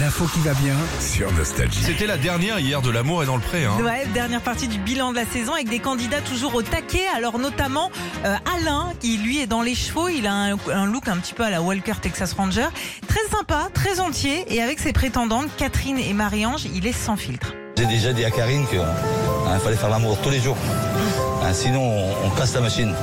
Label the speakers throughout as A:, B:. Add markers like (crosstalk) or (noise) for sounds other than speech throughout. A: L'info qui va bien sur Nostalgie.
B: C'était la dernière hier de l'amour est dans le pré. Hein.
C: Ouais, dernière partie du bilan de la saison avec des candidats toujours au taquet. Alors notamment euh, Alain qui lui est dans les chevaux. Il a un, un look un petit peu à la Walker Texas Ranger. Très sympa, très entier et avec ses prétendantes Catherine et Marie-Ange, il est sans filtre.
D: J'ai déjà dit à Karine qu'il fallait faire l'amour tous les jours. Hein, sinon, on, on casse la machine.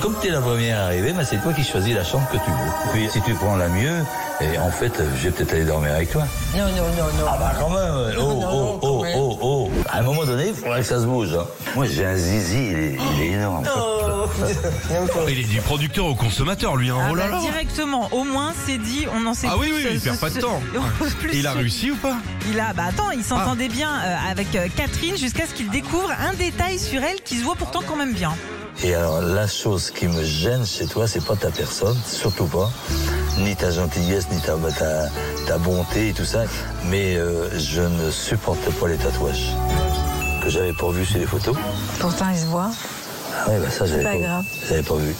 D: Comme tu es la première arrivée, ben, c'est toi qui choisis la chambre que tu veux. Puis si tu prends la mieux, et en fait, euh, je vais peut-être aller dormir avec toi.
E: Non, non, non, non.
D: Ah bah quand même Oh, oh, oh, oh, oh À un moment donné, il faudrait que ça se bouge. hein. Moi, j'ai un zizi, il est, il est énorme.
B: Il est du producteur au consommateur, lui. Hein.
C: Ah
B: oh là
C: bah,
B: là.
C: Directement, au moins c'est dit, on en sait
B: Ah
C: plus. euh,
B: oui, oui, il perd pas de
C: (laughs)
B: temps.
C: Plus
B: Et il a
C: sur-
B: réussi Ah. ou pas
C: Il a, bah attends, il s'entendait bien euh, avec euh, Catherine jusqu'à ce qu'il découvre un détail sur elle qui se voit pourtant quand même bien.
D: Et alors, la chose qui me gêne chez toi, c'est pas ta personne, surtout pas, ni ta gentillesse, ni ta, ta, ta bonté et tout ça, mais euh, je ne supporte pas les tatouages que j'avais pas vu sur les photos.
E: Pourtant, il se voit.
D: Ah ouais, bah ça, j'avais
E: pas
D: pas, vu.
E: grave.
D: J'avais pas vu.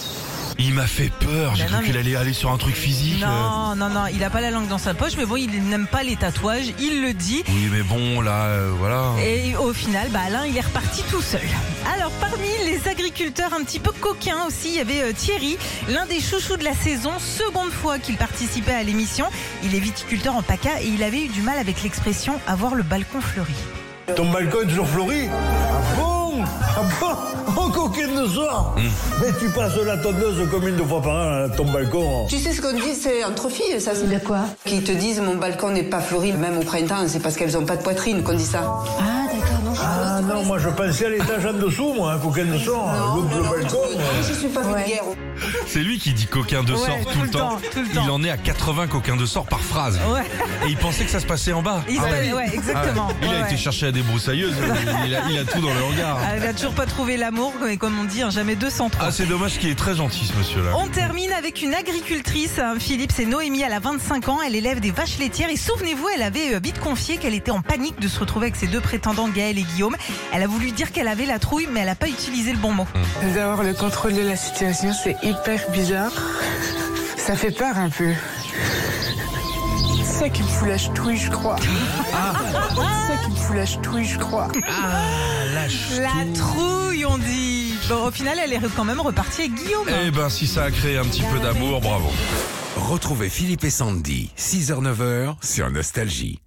B: Il m'a fait peur. J'ai
C: Bah,
B: cru
C: non,
B: qu'il
C: mais-
B: allait aller sur un truc physique. euh.
C: Non, non, non, il a pas la langue dans sa poche, mais bon, il n'aime pas les tatouages, il le dit.
B: Oui, mais bon, là, euh, voilà.
C: Et au final, bah, Alain, il est reparti tout seul. Alors, parmi les agriculteurs un petit peu coquins aussi, il y avait euh, Thierry, l'un des chouchous de la saison, seconde fois qu'il participait à l'émission. Il est viticulteur en PACA et il avait eu du mal avec l'expression avoir le balcon fleuri.
F: Ton balcon est toujours fleuri Ah bon Ah bon (laughs) Oh coquine de soir Mais tu passes la tondeuse comme une deux fois par an à ton balcon
G: Tu sais ce qu'on dit, c'est entre filles, ça.
E: De quoi
G: Qui te disent mon balcon n'est pas fleuri, même au printemps, c'est parce qu'elles n'ont pas de poitrine qu'on dit ça.
E: Ah, d'accord, non, je
F: Ah non, moi je pensais à l'étage en dessous, moi, hein, coquine de soir,
G: Non,
F: l'autre
G: non,
F: le
G: non,
F: balcon.
G: je- non, Ah, je suis pas
E: Ouais.
G: vulgaire.
B: C'est lui qui dit coquin de
C: Ouais,
B: sort tout, le temps.
C: tout le temps.
B: Il en est à 80 coquins de sort par phrase.
C: Ouais.
B: Et il pensait que ça se passait en bas.
C: Il
B: Ah
C: savait-
B: oui.
C: ouais, exactement.
B: Il a
C: Ouais,
B: été
C: ouais.
B: chercher à des
C: (laughs)
B: broussailleuses. il, a, il a tout dans le hangar.
C: Elle n'a Ah, toujours pas trouvé l'amour, mais comme on dit, hein, jamais 203.
B: Ah, c'est dommage qu'il est très gentil, ce monsieur-là.
C: On termine avec une agricultrice, hein, Philippe, c'est Noémie, elle a 25 ans, elle élève des vaches laitières et souvenez-vous, elle avait euh, vite confié qu'elle était en panique de se retrouver avec ses deux prétendants, Gaël et Guillaume. Elle a voulu dire qu'elle avait la trouille, mais elle n'a pas utilisé le bon mot.
H: Ah, D'avoir le contrôle de la situation, c'est hyper bizarre. Ça fait peur un peu. C'est ça qui me fout la ch'touille, je crois.
E: Ah.
H: C'est ça qui me fout la ch'touille, je crois.
C: La trouille, on dit Bon, au final, elle est quand même repartie avec Guillaume.
B: Eh ben, si ça a créé un petit peu d'amour, bravo.
A: Retrouvez Philippe et Sandy, 6h-9h sur Nostalgie.